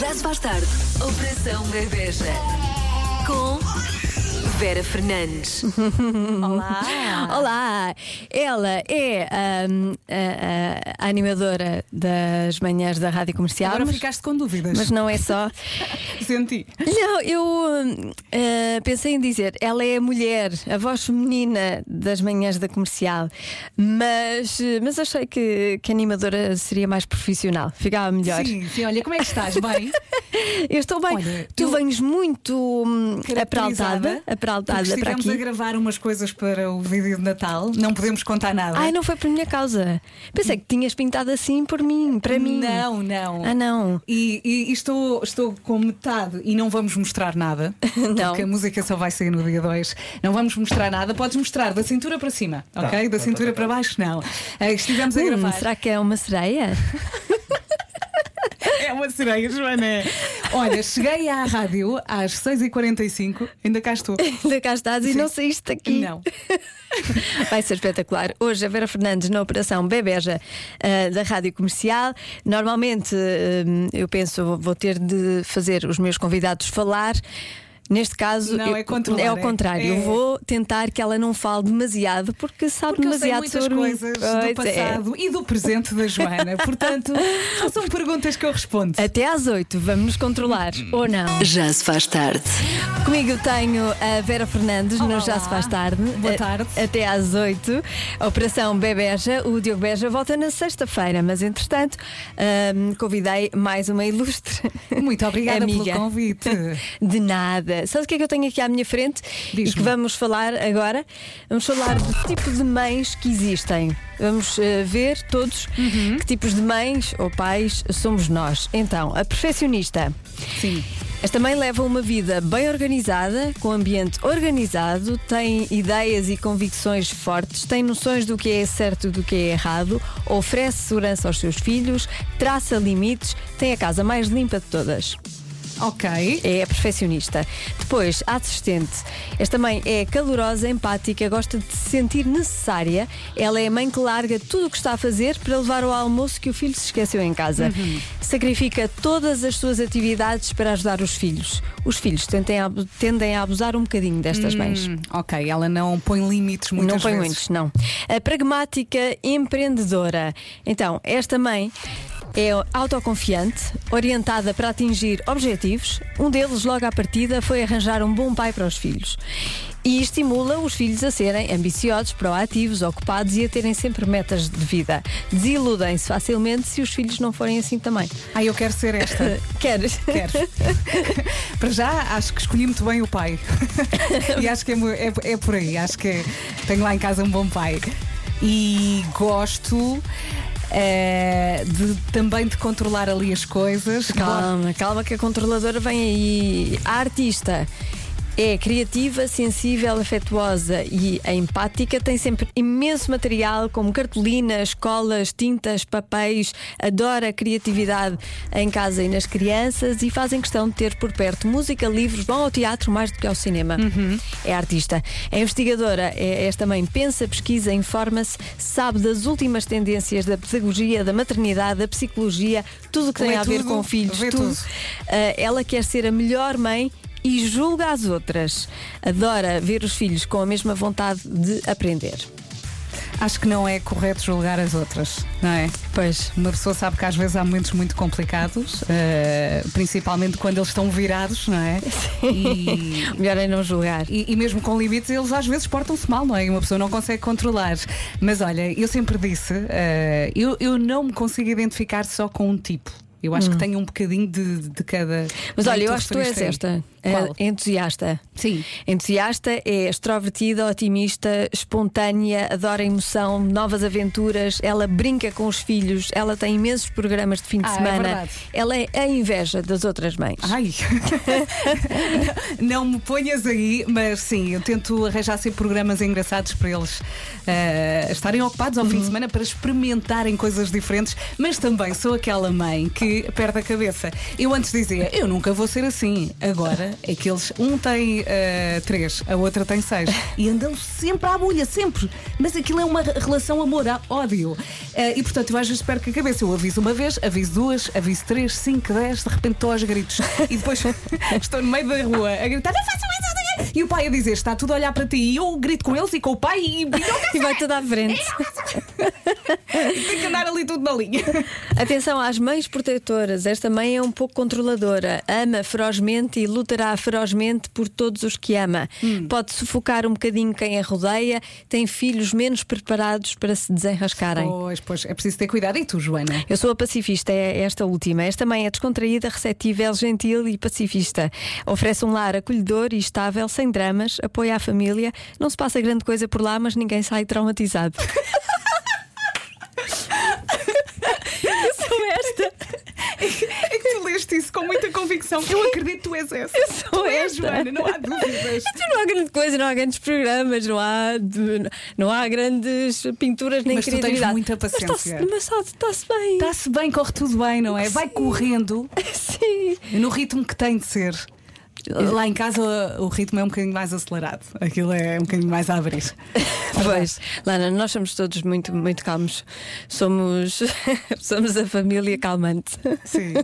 Já se faz tarde. Operação Gaveja. Com Vera Fernandes. Olá! Olá! Ela é ahm, a, a- a animadora das manhãs da Rádio Comercial, Agora Ah, mas, ficaste com dúvidas. mas não é só. Senti. não, eu hum, ah, pensei em dizer, ela é a mulher, a voz feminina das manhãs da comercial, mas, eh, mas achei que, que animadora seria mais profissional, ficava melhor. Sim, sim, olha, como é que estás? Bem? Eu estou bem. Olha, tu eu- vens muito hum, apraltada, Caracterizada, porque é um apraltada para Estivemos aqui. a gravar umas coisas para o vídeo de Natal, não é? podemos contar nada. Ai, não foi por minha causa. Pensei que tinhas pintado assim por mim, para mim. Não, não. Ah, não. E, e- e estou, estou com metade e não vamos mostrar nada. Não. Porque a música só vai sair no dia 2. Não vamos mostrar nada. Podes mostrar da cintura para cima, Tá, ok? Da tá, cintura tá, tá, para baixo, não. Eh, estivemos a Hum, gravar. será que é uma sereia? É uma sereia, Joana. Olha, cheguei à rádio às 6h45, ainda cá estou. Ainda cá estás e não saíste daqui. Não. Vai ser espetacular. Hoje a Vera Fernandes na Operação Bebeja ah, da Rádio Comercial. Normalmente hum, eu penso, vou- vou ter de fazer os meus convidados falar. Neste caso, Não, eu- é controlar, é ao é. contrário. É. Eu vou tentar que ela não fale demasiado, porque sabe Porque eu sei demasiado muitas sobre mim. coisas do Pois é. passado e do presente da Joana. Portanto, são perguntas que eu respondo. Até às oito, vamos nos controlar, ou não? Já se faz tarde. Comigo tenho a Vera Fernandes, Olá, não já se faz tarde. Boa tarde. A- até às oito. Operação Bebeja, o Diogo Beja volta na sexta-feira, mas entretanto hum, convidei mais uma ilustre. Muito obrigada amiga. pelo convite. De nada. Sabes o que é que eu tenho aqui à minha frente? Diz-me. E que vamos falar agora? Vamos falar do tipo de mães que existem. Vamos eh, ver todos Uhum. que tipos de mães ou pais somos nós. Então, a perfeccionista. Sim. Esta mãe leva uma vida bem organizada, com ambiente organizado, tem ideias e convicções fortes, tem noções do que é certo e do que é errado, oferece segurança aos seus filhos, traça limites, tem a casa mais limpa de todas. Ok. É a perfeccionista. Depois, a assistente. Esta mãe é calorosa, empática, gosta de se sentir necessária. Ela é a mãe que larga tudo o que está a fazer para levar o almoço que o filho se esqueceu em casa. Sacrifica todas as suas atividades para ajudar os filhos. Os filhos tentem a- tendem a, abusar um bocadinho destas mães. Hum, ok, ela não põe limites muitas não põe vezes. muitos, não. A pragmática empreendedora. Então, esta mãe é autoconfiante, orientada para atingir objetivos. Um deles, logo à partida, foi arranjar um bom pai para os filhos. E estimula os filhos a serem ambiciosos, proativos, ocupados e a terem sempre metas de vida. Desiludem-se facilmente se os filhos não forem assim também. Ah, eu quero ser esta. Queres? Quero. Para já, acho que escolhi muito bem o pai. e acho que é, mu- é- é por aí. Acho que tenho lá em casa um bom pai. E gosto eh, de, também de controlar ali as coisas. Calma, calma que a controladora vem aí. A artista é criativa, sensível, afetuosa e empática. Tem sempre imenso material, como cartolinas, colas, tintas, papéis. Adora a criatividade em casa e nas crianças e fazem questão de ter por perto música, livros, vão ao teatro mais do que ao cinema. É artista. É investigadora. É, esta mãe pensa, pesquisa, informa-se, sabe das últimas tendências da pedagogia, da maternidade, da psicologia, tudo o que Lê tem a ver tudo, com filhos, vê tudo. tudo. Ah, ela quer ser a melhor mãe e julga as outras. Adora ver os filhos com a mesma vontade de aprender. Acho que não é correto julgar as outras, não é? Pois. Uma pessoa sabe que às vezes há momentos muito complicados, eh, principalmente quando eles estão virados, não é? E, Melhor é não julgar. e- e mesmo com limites, eles às vezes portam-se mal, não é? E uma pessoa não consegue controlar. Mas olha, eu sempre disse, eh, eu, eu não me consigo identificar só com um tipo. Eu acho que tenho um bocadinho de, de cada. Hum. Mas olha, Bem, eu acho que tu és referiste aí. esta. Qual? Eh, entusiasta. Sim. Entusiasta é extrovertida, otimista, espontânea, adora emoção, novas aventuras, ela brinca com os filhos, ela tem imensos programas de fim de Ah, é semana. verdade. ela é a inveja das outras mães. Ai, não me ponhas aí, mas sim, eu tento arranjar sempre programas engraçados para eles eh, estarem ocupados ao fim de semana para experimentarem coisas diferentes, mas também sou aquela mãe que que perde a cabeça. Eu antes dizia, eu nunca vou ser assim. Agora é que eles, um tem ah, três, a outra tem seis. E andam sempre à bolha, sempre. Mas aquilo é uma relação amor-ódio. Eh, e portanto, eu às vezes perco a cabeça. Eu aviso uma vez, aviso duas, aviso três, cinco, dez, de repente estou aos gritos. E depois estou no meio da rua a gritar, não façam isso! não sei o quê." E o pai a dizer, está tudo a olhar para ti. E eu grito com eles e com o pai e, e eu E vai tudo à frente. tenho que andar ali tudo na linha. Atenção às mães protetoras. Esta mãe é um pouco controladora. Ama ferozmente e lutará ferozmente por todos os que ama. Pode sufocar um bocadinho quem a rodeia. Tem filhos menos preparados para se desenrascarem. Pois, pois, é preciso ter cuidado. E tu, Joana? Eu sou a pacifista, é esta última. Esta mãe é descontraída, receptível, gentil e pacifista. Oferece um lar acolhedor e estável, sem dramas, apoia a família. Não se passa grande coisa por lá, mas ninguém sai traumatizado. Eu sou esta. É que tu leste isso com muita convicção. Eu acredito que tu és essa. Eu sou tu és, esta. Joana, não há dúvidas. Então Não há grande coisa, não há grandes programas, não há, de- não há grandes pinturas nem Mas tu tens criatividade. muita Mas está-se- paciência. Tá. Mas está- está-se bem. Está-se bem, corre tudo bem, não é? Vai correndo Sim. no ritmo que tem de ser. Lá em casa o ritmo é um bocadinho mais acelerado. Aquilo é um bocadinho mais a abrir. Pois, Lana, nós somos todos muito, muito calmos. Somos, somos a família calmante. Sim.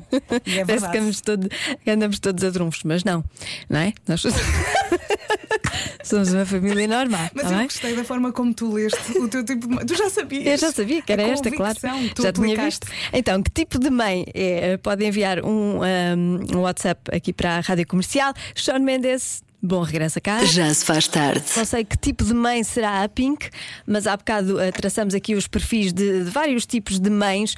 E é Parece que verdade. andamos, todo- que andamos todos a trunfos, mas não, não é? Nós somos uma família normal. Mas tá eu bem? gostei da forma como tu leste o teu tipo de... Tu já sabias? Eu já sabia que era A esta, claro. convicção que tu Já tinha aplicaste. visto. Então, que tipo de mãe é? Pode enviar um, um, um WhatsApp aqui para a Rádio Comercial. Sean Mendes, bom regresso a casa. Já se faz tarde. Não sei que tipo de mãe será a Pink, mas há bocado eh, traçamos aqui os perfis de, de vários tipos de mães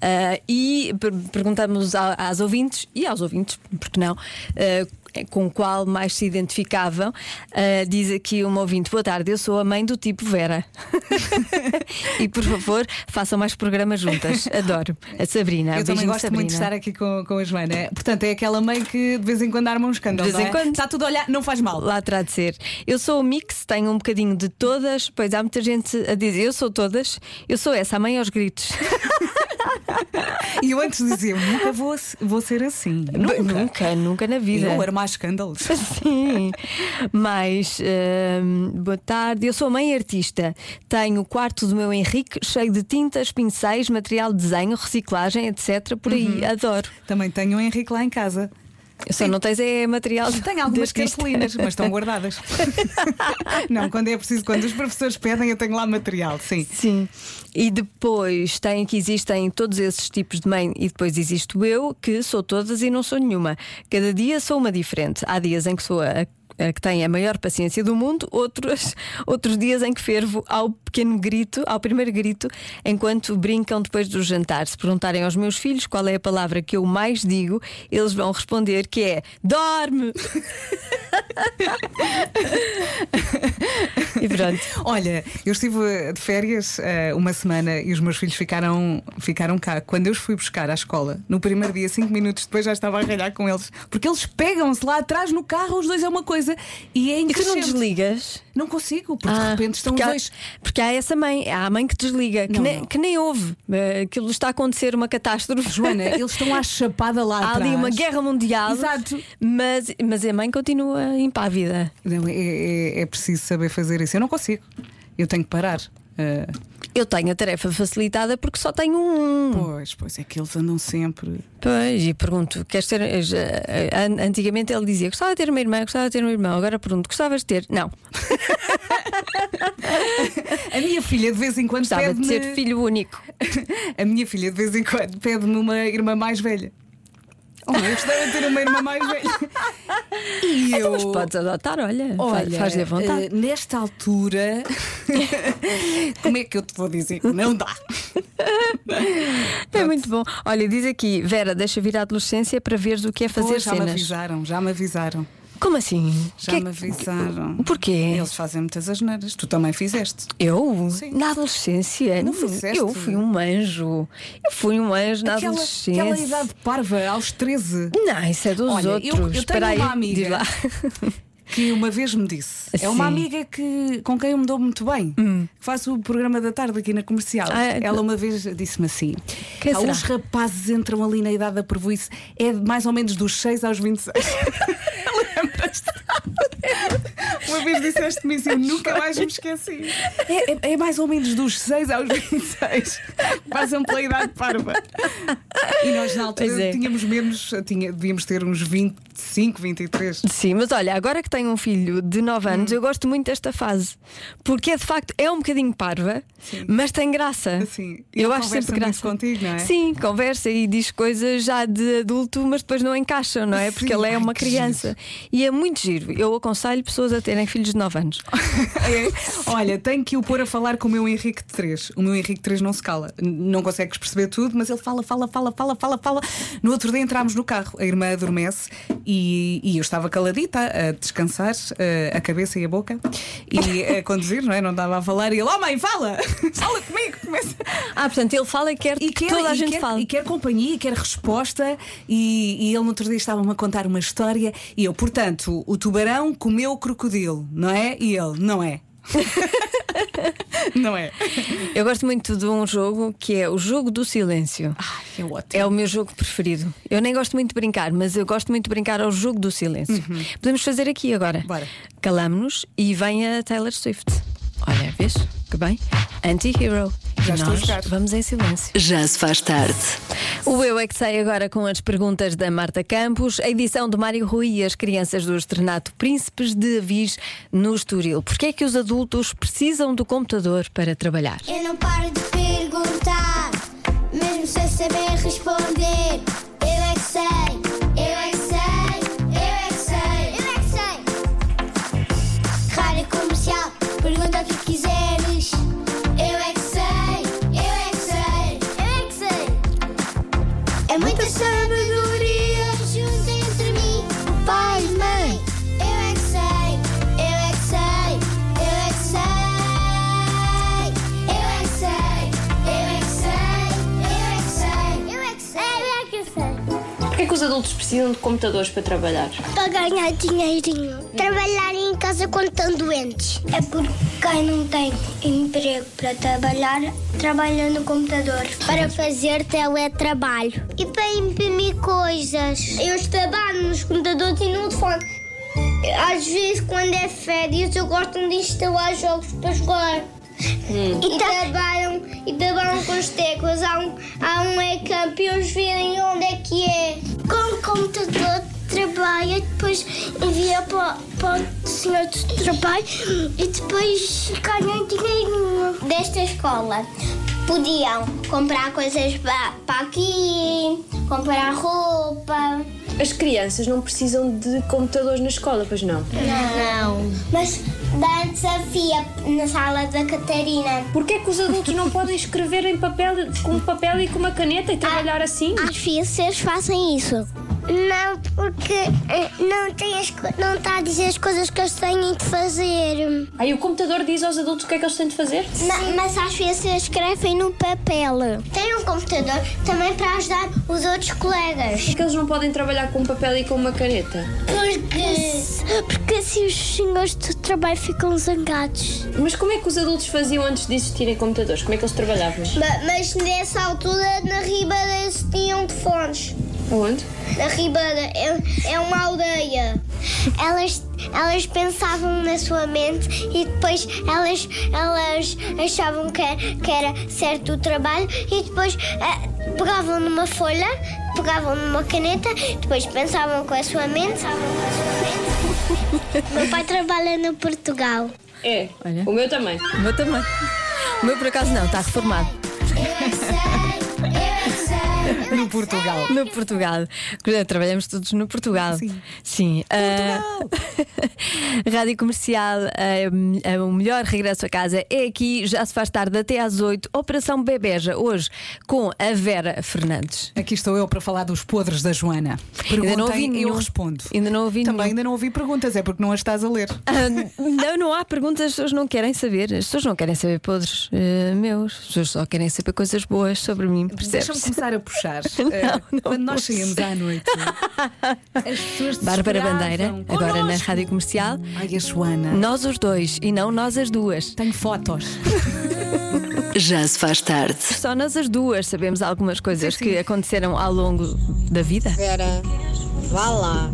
ah, e per- perguntamos a- às ouvintes e aos ouvintes, porque não, ah, com qual mais se identificavam. Ah, diz aqui uma ouvinte: Boa tarde, eu sou a mãe do tipo Vera. e por favor, façam mais programas juntas. Adoro. A Sabrina. É Eu também um Beijinho, gosto Sabrina. muito de estar aqui com, com a Joana. Portanto, é aquela mãe que de vez em quando arma um escândalo. De vez em não é? quando. Está tudo a olhar, não faz mal. Lá terá de ser. Eu sou o mix, tenho um bocadinho de todas, pois há muita gente a dizer, eu sou todas, eu sou essa, a mãe aos gritos. E eu antes dizia, nunca vou, vou ser assim. Nunca. nunca, é. nunca na vida. Eu armar escândalos. Sim, mas hum, boa tarde. Eu sou mãe artista. Tenho o quarto do meu Henrique cheio de tintas, pincéis, material de desenho, reciclagem, etc. Por aí, Uhum. adoro. Também tenho o Henrique lá em casa. Eu só não tens é material. de Tenho algumas artista. cartolinas, mas estão guardadas. não, quando é preciso, quando os professores pedem, eu tenho lá material, sim. Sim. E depois tem que existem todos esses tipos de mãe, e depois existo eu, que sou todas e não sou nenhuma. Cada dia sou uma diferente. Há dias em que sou a, a que tem a maior paciência do mundo, outros, outros dias em que fervo ao pequeno grito, ao primeiro grito, enquanto brincam depois do jantar. Se perguntarem aos meus filhos qual é a palavra que eu mais digo, eles vão responder que é dorme! e pronto. Olha, eu estive eh, de férias eh, uma semana e os meus filhos ficaram, ficaram cá. Quando eu os fui buscar à escola, no primeiro dia, cinco minutos depois, já estava a ralhar com eles. Porque eles pegam-se lá atrás no carro, os dois é uma coisa. E é E tu não incrível. desligas? Não consigo, porque de Ah, repente estão os porque há- dois. Porque há essa mãe, há a mãe que desliga, que, Não, nem, não. que nem ouve. eh, Aquilo está a acontecer uma catástrofe. Joana, eles estão à chapada lá há atrás. ali uma guerra mundial. Exato. Mas, mas a mãe continua impávida. Não, é, é- é preciso saber fazer isso. Eu não consigo. Eu tenho que parar. Ah, Eu tenho a tarefa facilitada porque só tenho um. pois, pois é que eles andam sempre. Pois, e pergunto, queres ter. eh, já, eh, an- Antigamente ele dizia: gostava de ter uma irmã, gostava de ter um irmão. Agora pergunto: gostavas de ter? Não, A minha filha de vez em quando gostava de pede-me. ser filho único. A minha filha de vez em quando pede-me uma irmã mais velha. Oh, eu gostava de ter uma irmã mais velha. E Então, eu. mas podes adotar, olha. Olha, faz-lhe a vontade. eh, nesta altura, como é que eu te vou dizer que não dá? É muito bom. Olha, diz aqui, Vera, deixa vir a adolescência para veres o que é fazer Pois, já me cenas. avisaram, já me avisaram. Como assim? Já Que- me avisaram. Porquê? Eles fazem muitas asneiras. Tu também fizeste. Eu? Sim. Na adolescência? Não, Não fizeste? eu fui um anjo. Eu fui um anjo na aquela, adolescência. aquela idade parva, aos 13. Não, isso é dos Olha, eu- outros. eu tenho Espera aí, uma amiga. diz lá. que uma vez me disse. É uma Sim. Hum. amiga que, com quem eu me dou muito bem, que faço o programa da tarde aqui na comercial. Ah, é? Ela uma vez disse-me assim: Quem "Ah, será?" os rapazes entram ali na idade da prevoice, é de mais ou menos dos 6 aos 26. Lembras-te? Uma vez disseste-me isso e eu nunca mais me esqueci. É, é- é mais ou menos dos 6 aos 26. Passam um pela idade parva. E nós na Pois altura é. tínhamos menos, eh, tinha- devíamos ter uns 25, 23. Sim, mas olha, agora que tenho um filho de 9 Hum. anos, eu gosto muito desta fase. Porque é de facto, é um bocadinho parva, mas tem graça. Sim. E Eu ele acho conversa sempre muito graça. contigo, não é? Sim, conversa e diz coisas já de adulto, mas depois não encaixam, não é? Porque Sim. ele Ai, é uma que criança. E é muito giro. Eu aconselho pessoas a terem filhos de 9 anos. É. Olha, tenho que o pôr a falar com o meu Henrique de 3. O meu Henrique de 3 não se cala. N- Não consegues perceber tudo, mas ele fala, fala, fala, fala, fala, fala. No outro dia entramos no carro, a irmã adormece e, e eu estava caladita a descansar eh, a cabeça e a boca e a conduzir, não é? Não dava a falar e ele, oh mãe, fala! Fala comigo! Começa. Ah, portanto, ele fala e quer E que quer, toda a e gente quer- fale. E quer companhia, e quer resposta. E, e ele no outro dia estava-me a contar uma história. E eu, portanto, o tubarão comeu o crocodilo, não é? E ele, não é. não é. Eu gosto muito de um jogo que é o jogo do silêncio. Ai, é ótimo. É o meu jogo preferido. Eu nem gosto muito de brincar, mas eu gosto muito de brincar ao jogo do silêncio. Podemos fazer aqui agora. Uhum. Bora. Calamos-nos e vem a Taylor Swift. Olha, vês? Que bem. Anti-hero. Já e estou a nós jogar. vamos em silêncio. Já se faz tarde. O Eu é que sai agora com as perguntas da Marta Campos, a edição do Mário Rui e as crianças do Estrenato Príncipes de Avis no Estoril. Porquê é que os adultos precisam do computador para trabalhar? Eu não paro de perguntar, mesmo sem saber responder. Eu é que sei, eu é que sei, eu é que sei, eu é que sei. Rádio comercial, pergunta o que quiseres. Eu é que sei, eu é que sei, eu é que sei. É muita sabedoria junto entre mim, o pai e mãe. Eu é que sei, eu é que sei, eu é que sei. Eu é que sei, eu é que sei, eu é que sei, eu é que sei, eu é que sei. Porquê que os adultos precisam de computadores para trabalhar? Para ganhar dinheirinho. Trabalhar em casa quando estão doentes. É porque quem não tem emprego para trabalhar, trabalha no computador. Para fazer teletrabalho. E para imprimir coisas. Eu trabalho nos computadores e no telefone. Às vezes, quando é férias, eu gosto de instalar jogos para jogar. E, trabalham, e trabalham com as teclas. Há um, há um ecrã para eles verem onde é que é. Com o computador trabalha, depois envia para, para o senhor do trabalho e depois ganha dinheirinho. Desta escola podiam comprar coisas para, para aqui, comprar roupa. As crianças não precisam de computadores na escola, pois não? Não. Mas dá desafio na sala da Catarina. Porquê é que os adultos não podem escrever em papel, com um papel e com uma caneta e trabalhar assim? As filhas fazem isso. Não, porque eh, não, tem as co- não está a dizer as coisas que eles têm de fazer. Aí o computador diz aos adultos o que é que eles têm de fazer? mas as filhas escrevem no papel. Tem um computador também para ajudar os outros colegas. Porquê que eles não podem trabalhar com um papel e com uma caneta? Porque, porque assim os senhores do trabalho ficam zangados. Mas como é que os adultos faziam antes de existirem computadores? Como é que eles trabalhavam? Mas nessa altura, na Ribeira, eles tinham de fones. Onde? A Ribeira é, é uma aldeia. Elas, elas pensavam na sua mente e depois elas, elas achavam que, que era certo o trabalho e depois eh, pegavam numa folha, pegavam numa caneta, depois pensavam com a sua mente. Meu pai trabalha no Portugal. É, Olha. o meu também. O meu também. O meu por acaso não, está reformado. Eu é que sei, eu é que sei. No Portugal. No Portugal. Trabalhamos todos no Portugal. Sim. Sim. Ah, Rádio Comercial, ah, ah, o melhor regresso a casa é aqui, já se faz tarde até às 8. Operação Bebeja, hoje com a Vera Fernandes. Aqui estou eu para falar dos podres da Joana. Ainda não ouvi Perguntem, eu nenhum. respondo. Ainda não ouvi Também nenhum. ainda não ouvi perguntas, é porque não as estás a ler. Ah, não, não há perguntas, as pessoas não querem saber. ah, As pessoas não querem saber podres eh, meus, as pessoas só querem saber coisas boas sobre mim. Deixa-me Percebes? começar a puxar. aliás, eh, quando nós saímos à noite, as pessoas Bárbara desesperavam Bandeira, agora na connosco. Rádio Comercial. Ai, a Joana. Nós os dois e não nós as duas. Tenho fotos. Já se faz tarde. Só nós as duas sabemos algumas coisas que aconteceram ao longo da vida. Vera, vá lá.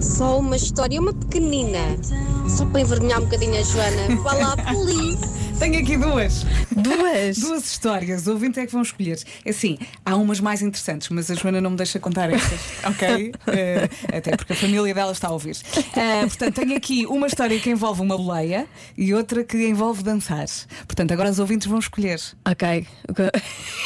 Só uma história, uma pequenina. Só para envergonhar um bocadinho a Joana. Vá lá, polícia. Tenho aqui duas. Duas? Duas histórias, ouvintes é que vão escolher. Assim, há umas mais interessantes, mas a Joana não me deixa contar estas, ok? Eh, até porque a família dela está a ouvir. Eh, portanto, tenho aqui uma história que envolve uma boleia e outra que envolve dançar. Portanto, agora os ouvintes vão escolher Ok.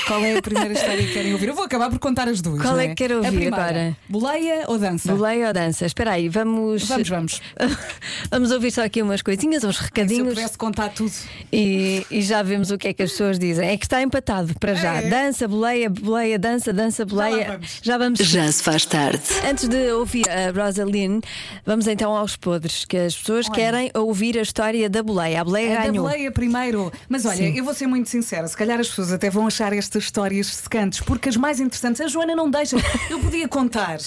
qual é a primeira história que querem ouvir. Eu vou acabar por contar as duas. Qual não é que quer ouvir a primeira, agora? Boleia ou dança? Boleia ou dança? Espera aí, vamos. Vamos, vamos. Vamos ouvir só aqui umas coisinhas, uns Se eu recadinhos pudesse contar tudo. e, e já vemos o que é que as pessoas dizem. É que está empatado para já. É. Dança, boleia, boleia, dança, dança, boleia. vamos. Já vamos. Já se faz tarde. Antes de ouvir a Rosaline, vamos então aos podres, que as pessoas querem ouvir a história da boleia. A boleia A da ganhou. boleia É primeiro. Mas olha, eu vou ser muito sincera. Se calhar as pessoas até vão achar estas histórias secantes, porque as mais interessantes, a Joana não deixa. Eu podia contar.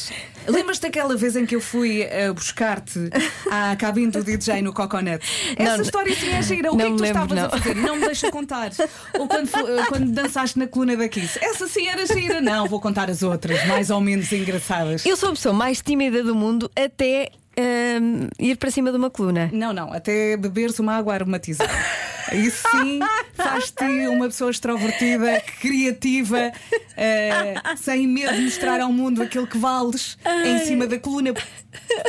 Lembras-te daquela vez em que eu fui eh, buscar-te à cabine do DJ no Coconut? Essa Não, história sim é gira. O que é não que me tu lembro, estavas a não. fazer? Não me deixa contar. Ou quando, fo- eh, quando dançaste na coluna da Kiss. Essa sim era gira. Não, vou contar as outras, mais ou menos engraçadas. Eu sou a pessoa mais tímida do mundo até hum, ir para cima de uma coluna. Não, não, até beberes uma água aromatizada. Isso sim faz-te uma pessoa extrovertida, criativa, eh, sem medo de mostrar ao mundo aquilo que vales em cima da coluna,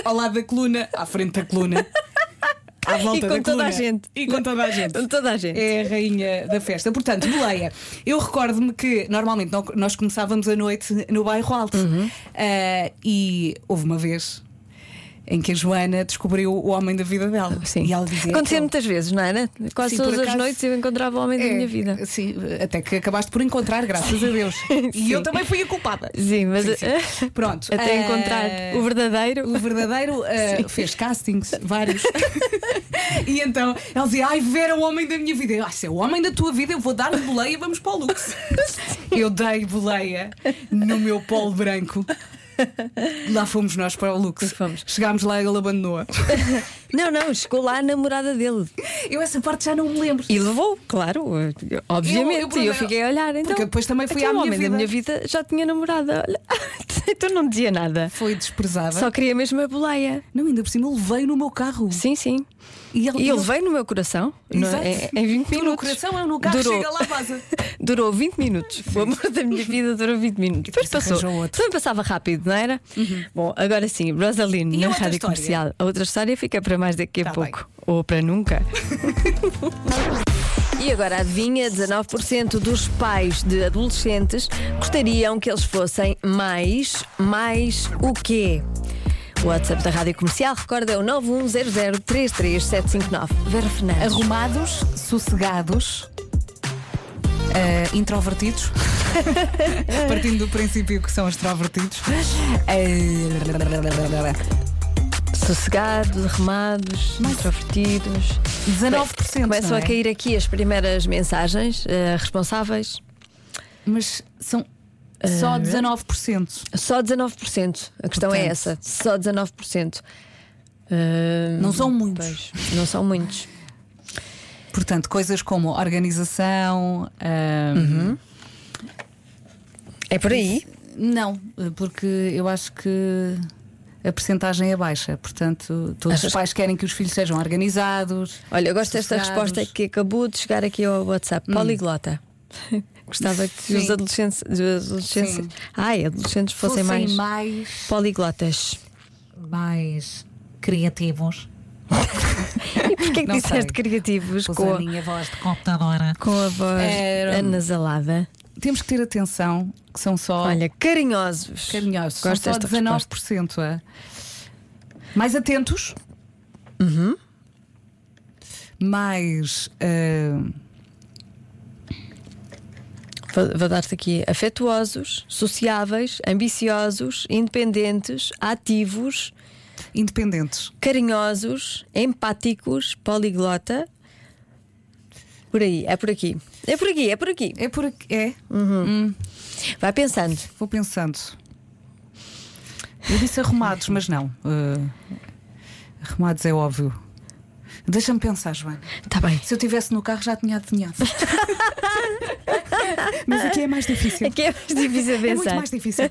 ao lado da coluna, à frente da coluna, à volta E da com toda coluna. a gente. E com toda a gente. Com toda a gente. É a rainha da festa. Portanto, boleia. Eu recordo-me que normalmente nó- nós começávamos a noite no bairro Alto. Uhum. Ah, e houve uma vez em que a Joana descobriu o homem da vida dela. E ela dizia. Acontecia "Aquele- muitas vezes, não era? Quase Sim, por todas as acaso- noites eu encontrava o homem da É, minha vida. Sim, até que acabaste por encontrar, graças a Deus. E eu também fui a culpada. Sim, mas sim. Pronto. até Ah, encontrar o verdadeiro. O verdadeiro ah, fez castings, vários. e então ela dizia: Ai, Vera, o homem da minha vida. Eu, "Ah, se é o homem da tua vida, eu vou dar-lhe boleia e vamos para o Lux. eu dei boleia no meu polo branco. Lá fomos nós para o Lux. Fomos. Chegámos lá e ele abandonou. Não, não, chegou lá a namorada dele. Eu essa parte já não me lembro. E levou, claro, obviamente. eu- E eu, fiquei a olhar. Então, Porque depois também fui Então, à o minha homem vida. da minha vida já tinha namorada. Olha, então não dizia nada. Foi desprezada. Só queria mesmo a boleia. Não, ainda por cima ele veio no meu carro. Sim, sim. E ele, E ele veio no meu coração não Exato. é? em, em 20 Tu no minutos. coração, eu no carro, durou, chega lá, vaza. Durou 20 minutos. O amor da minha vida durou 20 minutos. Depois depois passou. arranjou outro. Uhum. Também passava rápido, não era? Bom, agora sim, Rosaline, E a na outra rádio história? comercial. A outra história fica para mais daqui a Tá pouco. Ou para nunca. E agora adivinha, 19% dos pais de adolescentes gostariam que eles fossem mais, mais o quê? O WhatsApp da Rádio Comercial, recorda, é o 910033759. Vera Fernandes. Arrumados, sossegados, ah, introvertidos. Partindo do princípio que são extrovertidos. Ah, Sossegados, arrumados, introvertidos. 19%. é Começam não é? a cair aqui as primeiras mensagens eh, responsáveis. Mas são Eh, só 19%. Só 19%. A questão é essa. Portanto. Só 19%. Eh, Não são muitos. pois, não são muitos. Portanto, coisas como organização. ah, Uhum. É por aí. Não, porque eu acho que a percentagem é baixa. Portanto, todos Achas- os pais querem que os filhos sejam organizados. Olha, eu gosto desta sossegados. resposta que acabou de chegar aqui ao WhatsApp. Poliglota. Gostava que Hum. Sim. os adolescentes, os adolescentes, Sim. ai, adolescentes fossem, fossem mais, mais, poliglotas. mais criativos. E porquê é que Não disseste sei. criativos Usando com a a, minha voz de computadora. com a voz Era- anasalada? Temos que ter atenção que são só Olha, carinhosos. carinhosos. gosto são só desta 19%. É? Mais atentos. Uhum. Mais. ah, Vou, vou dar-te aqui afetuosos, sociáveis, ambiciosos, independentes, ativos, independentes. carinhosos, empáticos, poliglota. Por aí, é por aqui. É por aqui, é por aqui. É por aqui. É? Vai pensando. Vou pensando. Eu disse arrumados, mas não. Uh, arrumados é óbvio. Deixa-me pensar, Joana. Está bem. Se eu estivesse no carro já tinha adivinhado. mas aqui é mais difícil. Aqui é mais difícil É muito pensar. mais difícil.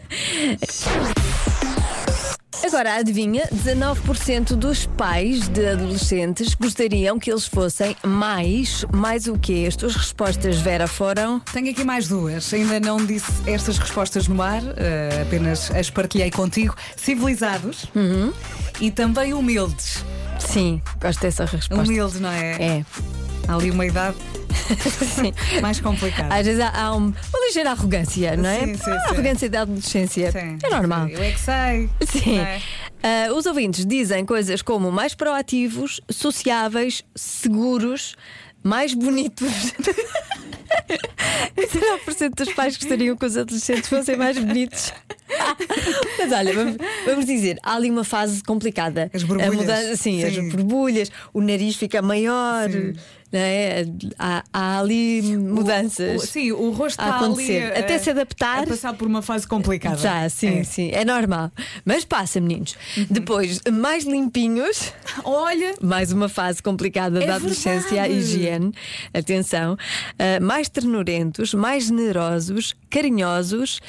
Agora, adivinha, 19% dos pais de adolescentes gostariam que eles fossem mais, mais o quê? As tuas respostas, Vera, foram... Tenho aqui mais duas. Ainda não disse estas respostas no ar, eh, apenas as partilhei contigo. Civilizados Uhum. e também humildes. Sim, gosto dessa resposta. Humilde, não é? É. Há ali uma idade Sim. mais complicada. Às vezes há, há um- uma ligeira arrogância, não é? Sim, sim, Ah, sim. Arrogância da adolescência. Sim. É normal. Eu é que sei. Sim. não é? Ah, os ouvintes dizem coisas como mais proativos, sociáveis, seguros, mais bonitos. 19% dos pais gostariam que os adolescentes fossem mais bonitos. Mas olha, vamos, vamos dizer, há ali uma fase complicada. As A borbulhas. mudança- sim, as Sim. borbulhas, o nariz fica maior. não é? Há, há ali mudanças. O- o- sim, o rosto a está ali acontecer. a- Até se adaptar. A passar por uma fase complicada. Já, sim, É. Uhum. sim, é normal. Mas passa, meninos. Depois, mais limpinhos, Olha, mais uma fase complicada É da adolescência, a verdade. higiene, atenção. Ah, mais ternurentos, mais generosos, carinhosos,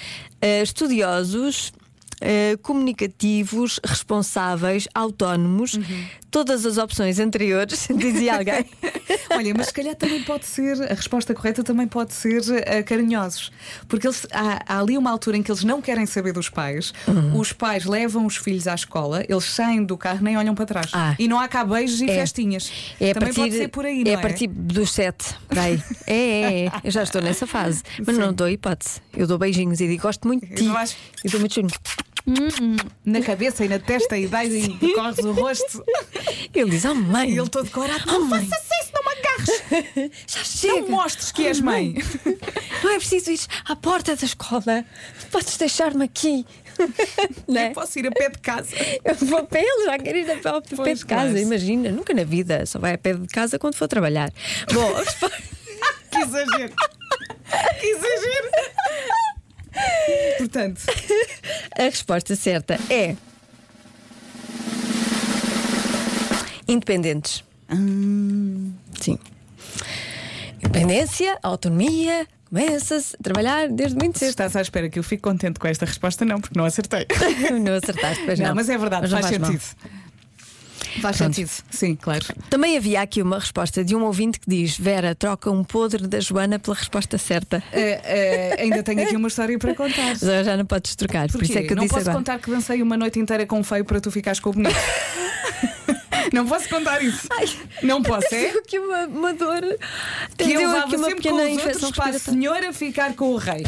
ah, estudiosos. ah, comunicativos, responsáveis, autónomos, Uhum. todas as opções anteriores, dizia alguém. Olha, mas se calhar também pode ser, a resposta correta também pode ser eh, carinhosos. Porque eles, há, há ali uma altura em que eles não querem saber dos pais, Uhum. os pais levam os filhos à escola, eles saem do carro nem olham para trás. Ah. E não há cá beijos e É. festinhas. É a também partir, pode ser por aí, é não é? a partir dos sete. por aí. É, é, é. Eu já estou nessa fase. Mas não dou hipótese. Eu dou beijinhos e digo gosto muito de E ti. tu vais- Eu dou muito churinho. Na cabeça e na testa e dais e corres o rosto. Ele diz, oh mãe. E ele todo corado. Oh, Não mãe. faças isso, não me agarres. Já Não chega. mostres que és mãe. Uhum. Não é preciso ir à porta da escola. Podes deixar-me aqui. Não é? Eu posso ir a pé de casa. Eu vou a pé, ele já quer ir a pé, ao pé Pois, de casa. claro. Imagina, nunca na vida. Só vai a pé de casa quando for trabalhar. Bom, a resposta- Que exagero. Que exagero. Portanto, A resposta certa é. Independentes. Hum. Sim. Independência, autonomia, começa-se a trabalhar desde muito se cedo. estás à espera que eu fique contente com esta resposta, não, porque não acertei. não acertaste, pois não. Não, mas é verdade, não faz, mal. sentido. Faz Pronto. sentido, sim, claro. Também havia aqui uma resposta de um ouvinte que diz: Vera, troca um podre da Joana pela resposta certa. Eh, eh, ainda tenho aqui uma história para contar. Mas agora já não podes trocar, por isso é que eu não disse posso agora. contar que dancei uma noite inteira com um feio para tu ficares com o bonito. não posso contar isso. não posso, é? Deu aqui uma, uma dor. Que eu Deu levava aqui uma sempre com pequena os infecção outros para a respiratória. senhora ficar com o rei.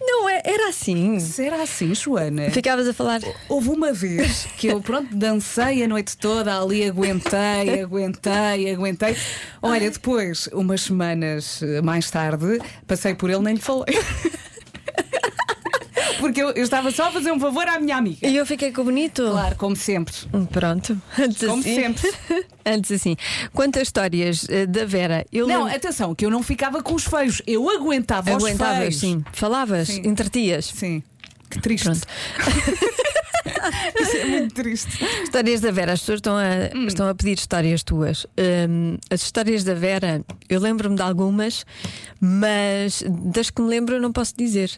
Não, é- era assim. Será assim, Joana? Ficavas a falar. Houve uma vez que eu, pronto, dancei a noite toda ali, aguentei, aguentei, aguentei. Olha, depois, umas semanas eh, mais tarde, passei por ele, nem lhe falei. Porque eu, eu estava só a fazer um favor à minha amiga. E eu fiquei com o bonito? Hum, Claro, como sempre. Pronto. Antes Como assim. sempre. Antes assim. Quanto às histórias eh, da Vera, eu Não, lembro- atenção, que eu não ficava com os feios. Eu aguentava, os aguentavas, feios. sim. Falavas, Sim. entretias. Sim. Que triste. Pronto. Isso é muito triste. Histórias da Vera, as pessoas estão a, Hum. estão a pedir histórias tuas. Hum, as histórias da Vera, eu lembro-me de algumas, mas das que me lembro eu não posso dizer.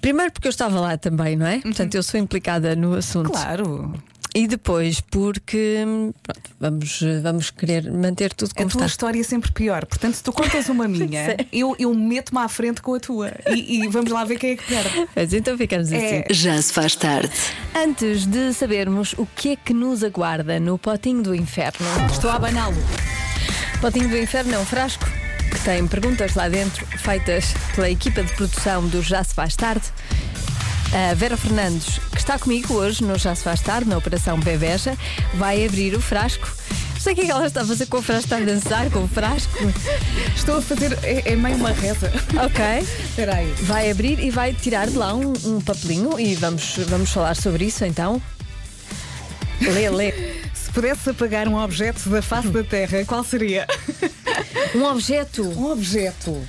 Primeiro porque eu estava lá também, não é? Portanto, eu sou implicada no assunto. Uhum. Claro. E depois porque hum, pronto, vamos, eh, vamos querer manter tudo A como tua está. história é sempre pior. Portanto, se tu contas uma minha, eu, eu meto-me à frente com a tua. E, e vamos lá ver quem é que perde. Mas então ficamos assim. É. Já se faz tarde. Antes de sabermos o que é que nos aguarda no Potinho do Inferno. Estou a abaná-lo. Potinho do Inferno é um frasco que tem perguntas lá dentro, feitas pela equipa de produção do Já Se Faz Tarde. A Vera Fernandes, que está comigo hoje no Já Se Faz Tarde, na Operação Bebeja, vai abrir o frasco. Não sei o que é que ela está a fazer com o frasco, está a dançar com o frasco. Estou a fazer. É, é meio uma reza. Ok. Espera aí. Vai abrir e vai tirar de lá um, um papelinho e vamos, vamos falar sobre isso então. Lê, lê. Se pudesse apagar um objeto da face da Terra, qual seria? Um objeto. Um objeto.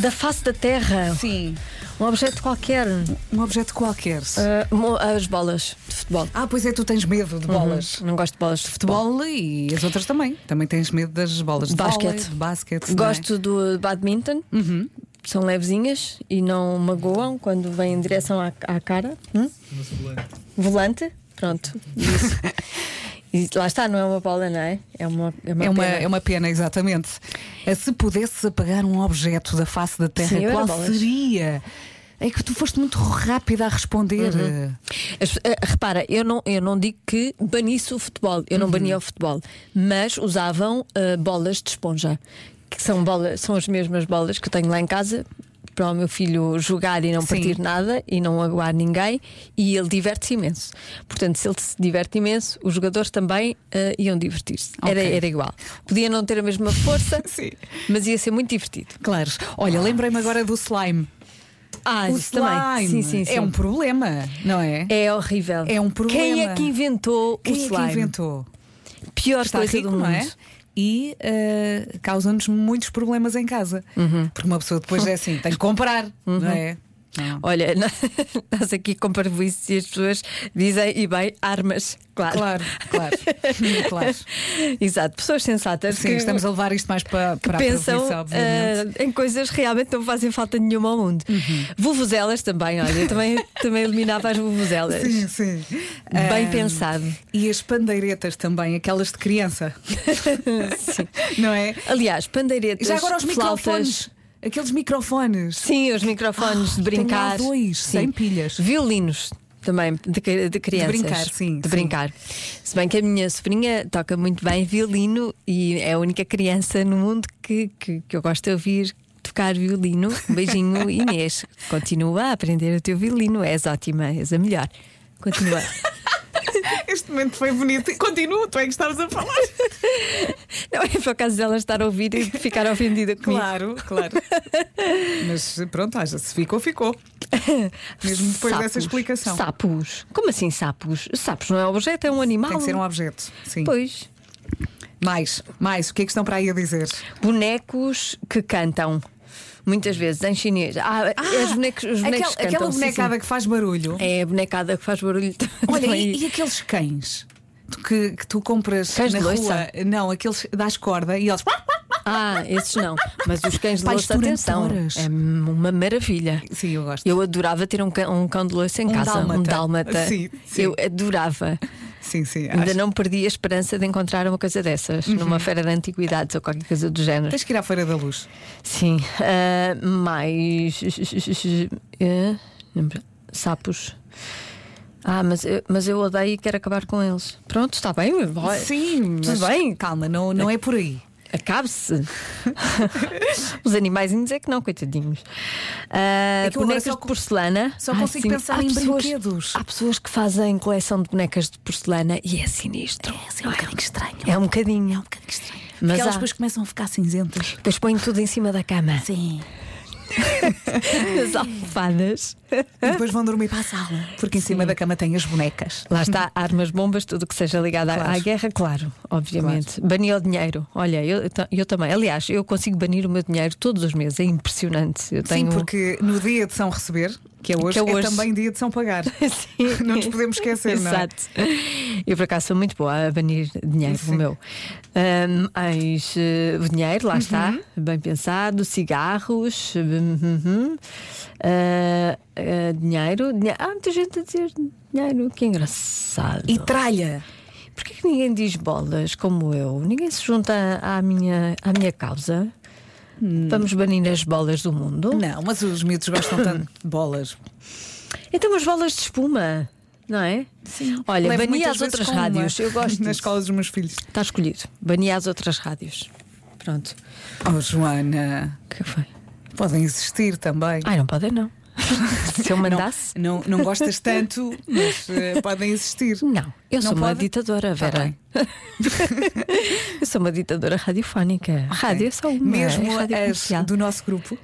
da face da terra. Sim. Um objeto qualquer. Um objeto qualquer. Ah, mo- as bolas de futebol. Ah, pois é, tu tens medo de bolas. Uhum. Não gosto de bolas de futebol. Futebol e as outras também. Também tens medo das bolas de Basquete. vôlei, de basquete. não é? Gosto do badminton. São levezinhas e não magoam quando vêm em direção à, à cara. Hum? Volante. Pronto. Isso. e lá está, não é uma bola, não é? É uma, é uma, É uma, pena. é uma pena, exatamente. Eh, Se pudesses apagar um objeto da face da Terra, Sim, eu era qual bolas. seria? É que tu foste muito rápida a responder. As- eh, Repara, eu não, eu não digo que banisse o futebol, eu não Uhum. bania o futebol, mas usavam eh, bolas de esponja, que são, bola, são as mesmas bolas que eu tenho lá em casa para o meu filho jogar e não Sim. partir nada e não aguar ninguém, e ele diverte-se imenso. Portanto, se ele se diverte imenso, os jogadores também eh, iam divertir-se. Era, Ok. era igual. Podia não ter a mesma força, Sim. mas ia ser muito divertido. Claro. Olha, lembrei-me agora do slime. Ah, o isso também. slime Sim, sim, sim. é um problema, não é? É horrível. É um Quem problema. é que inventou Quem o é slime? que inventou? Pior Está coisa rico, do mundo. não é? E eh, causa-nos muitos problemas em casa. Uhum. Porque uma pessoa depois é assim, tem que comprar, não é? Não. Olha, nós aqui com parvoíces e as pessoas dizem, e bem, armas, claro. Claro, claro, claro. Exato, pessoas sensatas Sim, que, estamos a levar isto mais para, que para a pensam província, obviamente. Uhum. ah, em coisas que realmente não fazem falta nenhuma ao mundo. Vuvuzelas também, olha, eu também, também eliminava as vuvuzelas. Sim, sim. Bem Ah, pensado. E as pandeiretas também, aquelas de criança. Não é? Aliás, pandeiretas, E já agora os flautas. microfones. Aqueles microfones. Sim, os microfones de Ah, tenho lá brincar. dois, Sim. sem pilhas. Violinos também, de, cri- de crianças. brincar, sim, De sim. brincar. Se bem que a minha sobrinha toca muito bem violino e é a única criança no mundo que, que, que eu gosto de ouvir tocar violino. Um beijinho, Inês. Continua a aprender o teu violino, és ótima, és a melhor. Continua. Este momento foi bonito. E Continua, tu é que estavas a falar. Não é por acaso dela estar a ouvir e ficar ofendida comigo. Claro, claro. Mas pronto, haja, se ficou, ficou. Mesmo depois dessa explicação. Sapos. Como assim sapos? Sapos não é objeto, é um animal. Tem que ser um objeto. Sim. Pois. Mais, mais. O que é que estão para aí a dizer? bonecos que cantam. Muitas vezes em chinês. Ah, as bonecos, os bonecos aquela, cantam. aquela sim, bonecada que faz barulho. sim. É a bonecada que faz barulho. Olha, também. e, e aqueles cães Tu- que, que tu compras Cães na de rua? loiça? Não, aqueles das corda e eles. Ah, esses não. Mas os cães de Pais louça, durante atenção. horas. É uma maravilha. Sim, eu gosto. Eu adorava ter um cão, um cão de louça em Um casa. Um dálmata. dálmata. Sim, sim. Eu adorava. Sim, sim. Ainda acho. Uhum. não perdi a esperança de encontrar uma coisa dessas numa feira de antiguidades ou qualquer coisa do género. Tens que ir à Feira da Luz. Sim, ah, mais. eh, não me lembro. sapos. Ah, mas eu, mas eu odeio e quero acabar com eles. Pronto, está bem. vai. Sim, tudo mas bem. Calma, não, não é por aí. Acabe-se. Os animaizinhos é que não, coitadinhos. Ah, É que eu agora bonecas só de co- porcelana. só consigo pensar em brinquedos. Há pessoas que fazem coleção de bonecas de porcelana e é sinistro. É, um bocadinho estranho. É um bocadinho. É um bocadinho estranho. Mas Porque elas há- depois começam a ficar cinzentas. Depois põem tudo em cima da cama. Sim. As almofadas. E depois vão dormir para a sala. Porque em cima da cama tem as bonecas. Lá está, armas, bombas, tudo o que seja ligado à- à Claro. guerra, claro, obviamente. Banir o dinheiro. Olha, eu, ta- eu também. Aliás, eu consigo banir o meu dinheiro todos os meses, é impressionante. Eu tenho... um Sim, porque no dia de São Receber, que é hoje, Que é é, hoje. também dia de São Pagar. Sim. Não nos podemos esquecer, não é? Exato. Eu por acaso sou muito boa a banir dinheiro, o meu. Ahm, mas, eh, o dinheiro, lá está, Uhum. bem pensado, cigarros, hum, hum, hum. Ah, ah, dinheiro, dinhe- Há muita gente a dizer dinheiro, que engraçado. E tralha. Porquê que ninguém diz bolas como eu? Ninguém se junta à minha, à minha causa? Hum. Vamos banir as bolas do mundo? Não, mas os miúdos gostam tanto de bolas. Então as bolas de espuma, não é? Sim. Olha, Levo bani muitas as vezes outras com uma rádios. Eu gosto. Na disso. escola dos meus filhos. Está escolhido. Bani as outras rádios. Pronto. Oh, Joana, O que foi? podem existir também. Ai, não podem não. se eu Ah, mandasse. Não, não, não gostas tanto, mas eh, podem existir. Não, eu sou uma pode? ditadora, Tá Vera. bem. eu sou uma ditadora radiofónica. Rádio é só uma. Mesmo é rádio as comercial. do nosso grupo.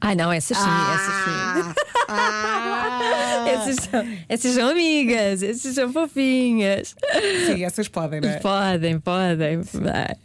Ai, não, essas sim, Ah. essas sim. essas, são, essas são amigas, essas são fofinhas. É. Sim, essas podem, não é? Podem, podem. Vai.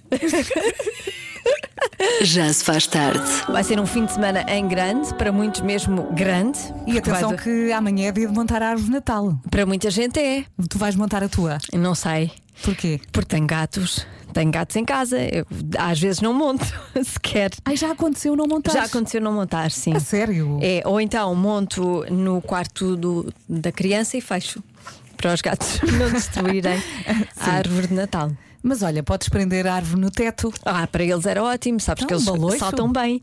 Já se faz tarde. Vai ser um fim de semana em grande, para muitos mesmo grande. E porque vai atenção de- que amanhã é dia de montar a árvore de Natal. Para muita gente é. Tu vais montar a tua. Não sei. Porquê? Porque tem gatos. Tem gatos em casa. Eu, às vezes não monto sequer. Ai, já aconteceu não montar. Já aconteceu não montar, sim. A sério? É, ou então monto no quarto do- da criança e fecho para os gatos não destruírem a árvore de Natal. Mas olha, podes prender a árvore no teto. Ah, para eles era ótimo, sabes Então, que eles um baloiço. saltam bem.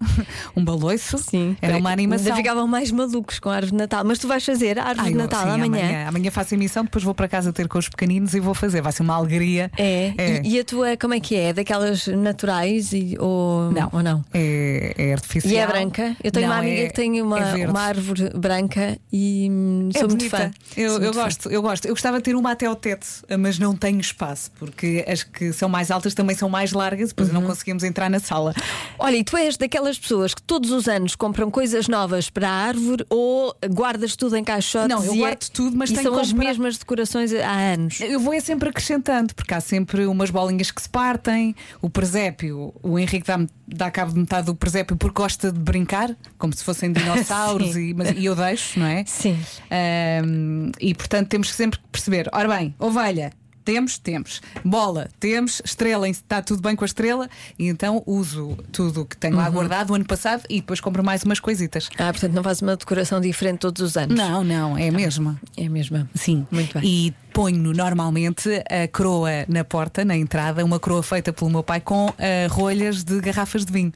Um baloiço? Sim. Era uma animação. Ainda ficavam mais malucos com a árvore de Natal. Mas tu vais fazer a árvore Ai, de eu- Natal sim, amanhã. amanhã. Amanhã faço emissão, depois vou para casa ter com os pequeninos e vou fazer. Vai ser uma alegria. É. E, e a tua, como é que é? Daquelas naturais e, ou Não. Ou não? É, é artificial. E é branca? Eu tenho Não, uma amiga é- que tem uma, é verde. uma árvore branca e hum, É sou muito bonita. fã. Eu, Sou eu muito fã. gosto, eu gosto. Eu gostava de ter uma até ao teto, mas não tenho espaço, porque as que são mais altas também são mais largas, depois Uhum. não conseguimos entrar na sala. Olha, e tu és daquelas pessoas que todos os anos compram coisas novas para a árvore ou guardas tudo em caixotes? Não, eu e é- guardo tudo, mas e tenho são que as comprar. mesmas decorações há anos. Eu vou é sempre acrescentando, porque há sempre umas bolinhas que se partem, o presépio, o Henrique dá, dá cabo de metade do presépio porque gosta de brincar, como se fossem dinossauros, Sim. e, mas- e eu deixo, não é? Sim. Ahm, e portanto temos que sempre perceber: ora bem, ovelha. Temos, temos. Bola, temos. Estrela, está tudo bem com a estrela. E então uso tudo o que tenho lá guardado o ano passado e depois compro mais umas coisitas. Ah, portanto não fazes uma decoração diferente todos os anos. Não, não, é a mesma. É a mesma. Sim, Muito bem. E ponho normalmente a coroa na porta, na entrada, uma coroa feita pelo meu pai com ah, rolhas de garrafas de vinho.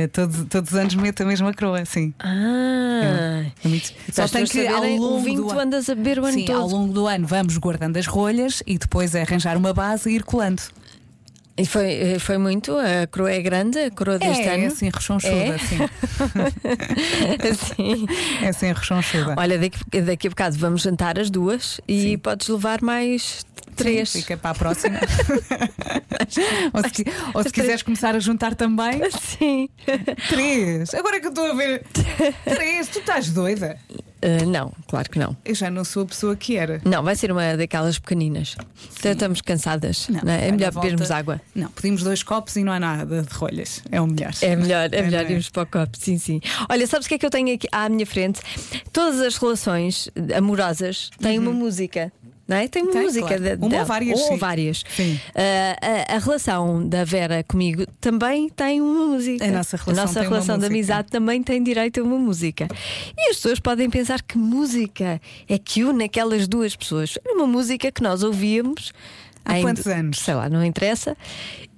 Ah, todos, todos os anos meto a mesma coroa, sim. Ah, É muito- Só Só tem que ao o longo vinho do que tu ano- andas a beber o ano Sim, todo. ao longo do ano vamos guardando as rolhas e depois é arranjar uma base e ir colando. E foi, eh, foi muito, a coroa é grande, a coroa deste é, ano. é assim, rechonchuda, É? sim. Sim. É assim, rechonchuda. Olha, daqui, daqui a bocado vamos jantar as duas e podes levar mais três. Sim, Fica para a próxima. ou se, qui- ou se mas- quiseres começar a juntar também, Sim. três. Agora é que eu estou a ver. Três, tu estás doida. Ah, não, claro que não. Eu já não sou a pessoa que era. Não, vai ser uma daquelas pequeninas. Então estamos cansadas. Não, é? vai melhor na volta. bebermos água. Não, pedimos dois copos e não há nada de rolhas. É o melhor. É melhor, é É, melhor não é? irmos para o copo, sim, sim. Olha, sabes o que é que eu tenho aqui à minha frente? Todas as relações amorosas têm uma música. Não é? Tem uma Uhum. Tem, música claro. de- Uma ou dela. várias, Ou sim. várias. Sim. Ah, a, a relação da Vera comigo também tem uma música. A nossa relação nossa tem uma relação de música. amizade também tem direito a uma música. E as pessoas podem pensar que música é que une aquelas duas pessoas. Era uma música que nós ouvíamos Há quantos anos? Sei lá, não interessa.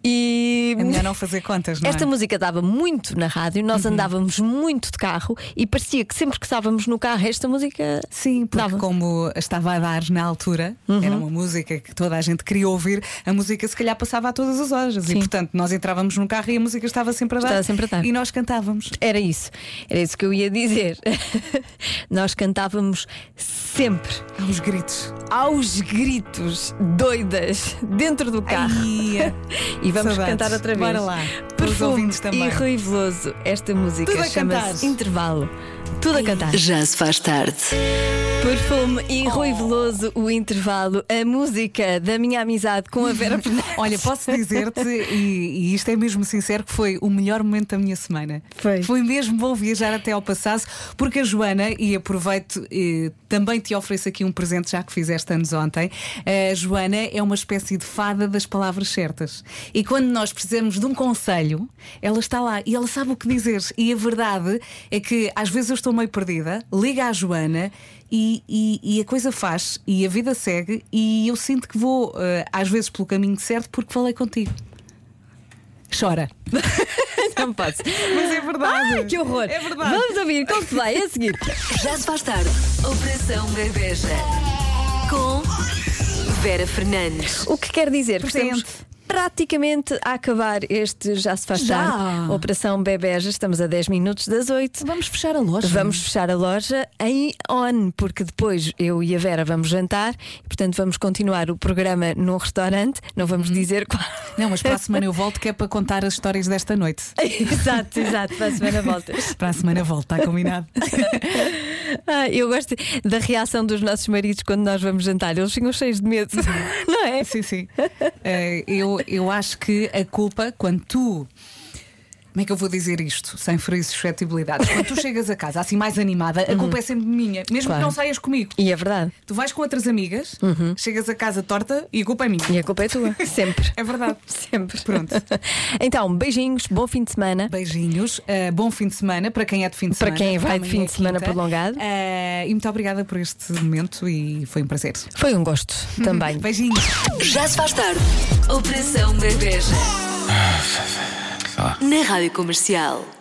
E É melhor não fazer contas, não esta é? Uhum. música dava muito na rádio, nós andávamos muito de carro e parecia que sempre que estávamos no carro, esta música Sim, porque dava. Uhum. como estava a dar na altura, era uma música que toda a gente queria ouvir, a música se calhar passava a todas as horas. E portanto, nós entrávamos num carro e a música estava sempre a dar. Estava sempre a dar. E nós cantávamos. Era isso, era isso que eu ia dizer. nós cantávamos sempre, Aos gritos. aos gritos, doidas, dentro do carro. Ai, E vamos saudades. cantar outra vez. Bora lá. Os Perfume ouvintes e também. Rui Veloso. Esta música Tudo a chama-se cantar. Intervalo. Tudo a cantar. Já se faz tarde. Perfume e Oh. Rui Veloso, o intervalo, a música da minha amizade com a Vera Fernandes. Olha, posso dizer-te, e, e isto é mesmo sincero, que foi o melhor momento da minha semana. Foi. Foi mesmo bom viajar até ao passado, porque a Joana, e aproveito, eh, também te ofereço aqui um presente, já que fizeste anos ontem. A Joana é uma espécie de fada das palavras certas. E quando nós precisamos de um conselho, ela está lá e ela sabe o que dizer. E a verdade é que às vezes eu estou meio perdida, liga à Joana. E, e- e a coisa faz, e a vida segue, e eu sinto que vou, eh, às vezes, pelo caminho certo porque falei contigo. Chora. Não posso. Mas é verdade. Ai, que horror! É verdade. Vamos ouvir Coldplay a seguir. Já se faz tarde. Operação Gaveja. Com Vera Fernandes. O que quer dizer que Presente. estamos praticamente a acabar este Já Se Faz Já. Tarde, Operação Bebeja. Estamos a 10 minutos das 8. Vamos fechar a loja. Vamos fechar a loja em on, porque depois eu e a Vera vamos jantar e, portanto, vamos continuar o programa num restaurante. Não vamos dizer qual. Não, mas para a semana eu volto que é para contar as histórias desta noite. exato, exato, para a semana voltas. Para a semana volto, está combinado? Ah, eu gosto da reação dos nossos maridos quando nós vamos jantar. Eles ficam cheios de medo, não é? sim, sim. Eh, eu, eu acho que a culpa, quando tu Como é que eu vou dizer isto sem ferir suscetibilidades? Quando tu chegas a casa assim mais animada, a culpa é sempre minha, mesmo Claro. que não saias comigo. E é verdade. Tu vais com outras amigas, chegas a casa torta e a culpa é minha. E a culpa é tua. Sempre. É verdade. Sempre. Pronto. Então, beijinhos, bom fim de semana. Beijinhos, eh, bom fim de semana para quem é de fim de Para semana. quem vai de amanhã fim é de semana quinta. prolongado. Eh, e muito obrigada por este momento e foi um prazer. Foi um gosto também. Beijinhos. Já se faz tarde. Operação Bebeja. Na Rádio Comercial.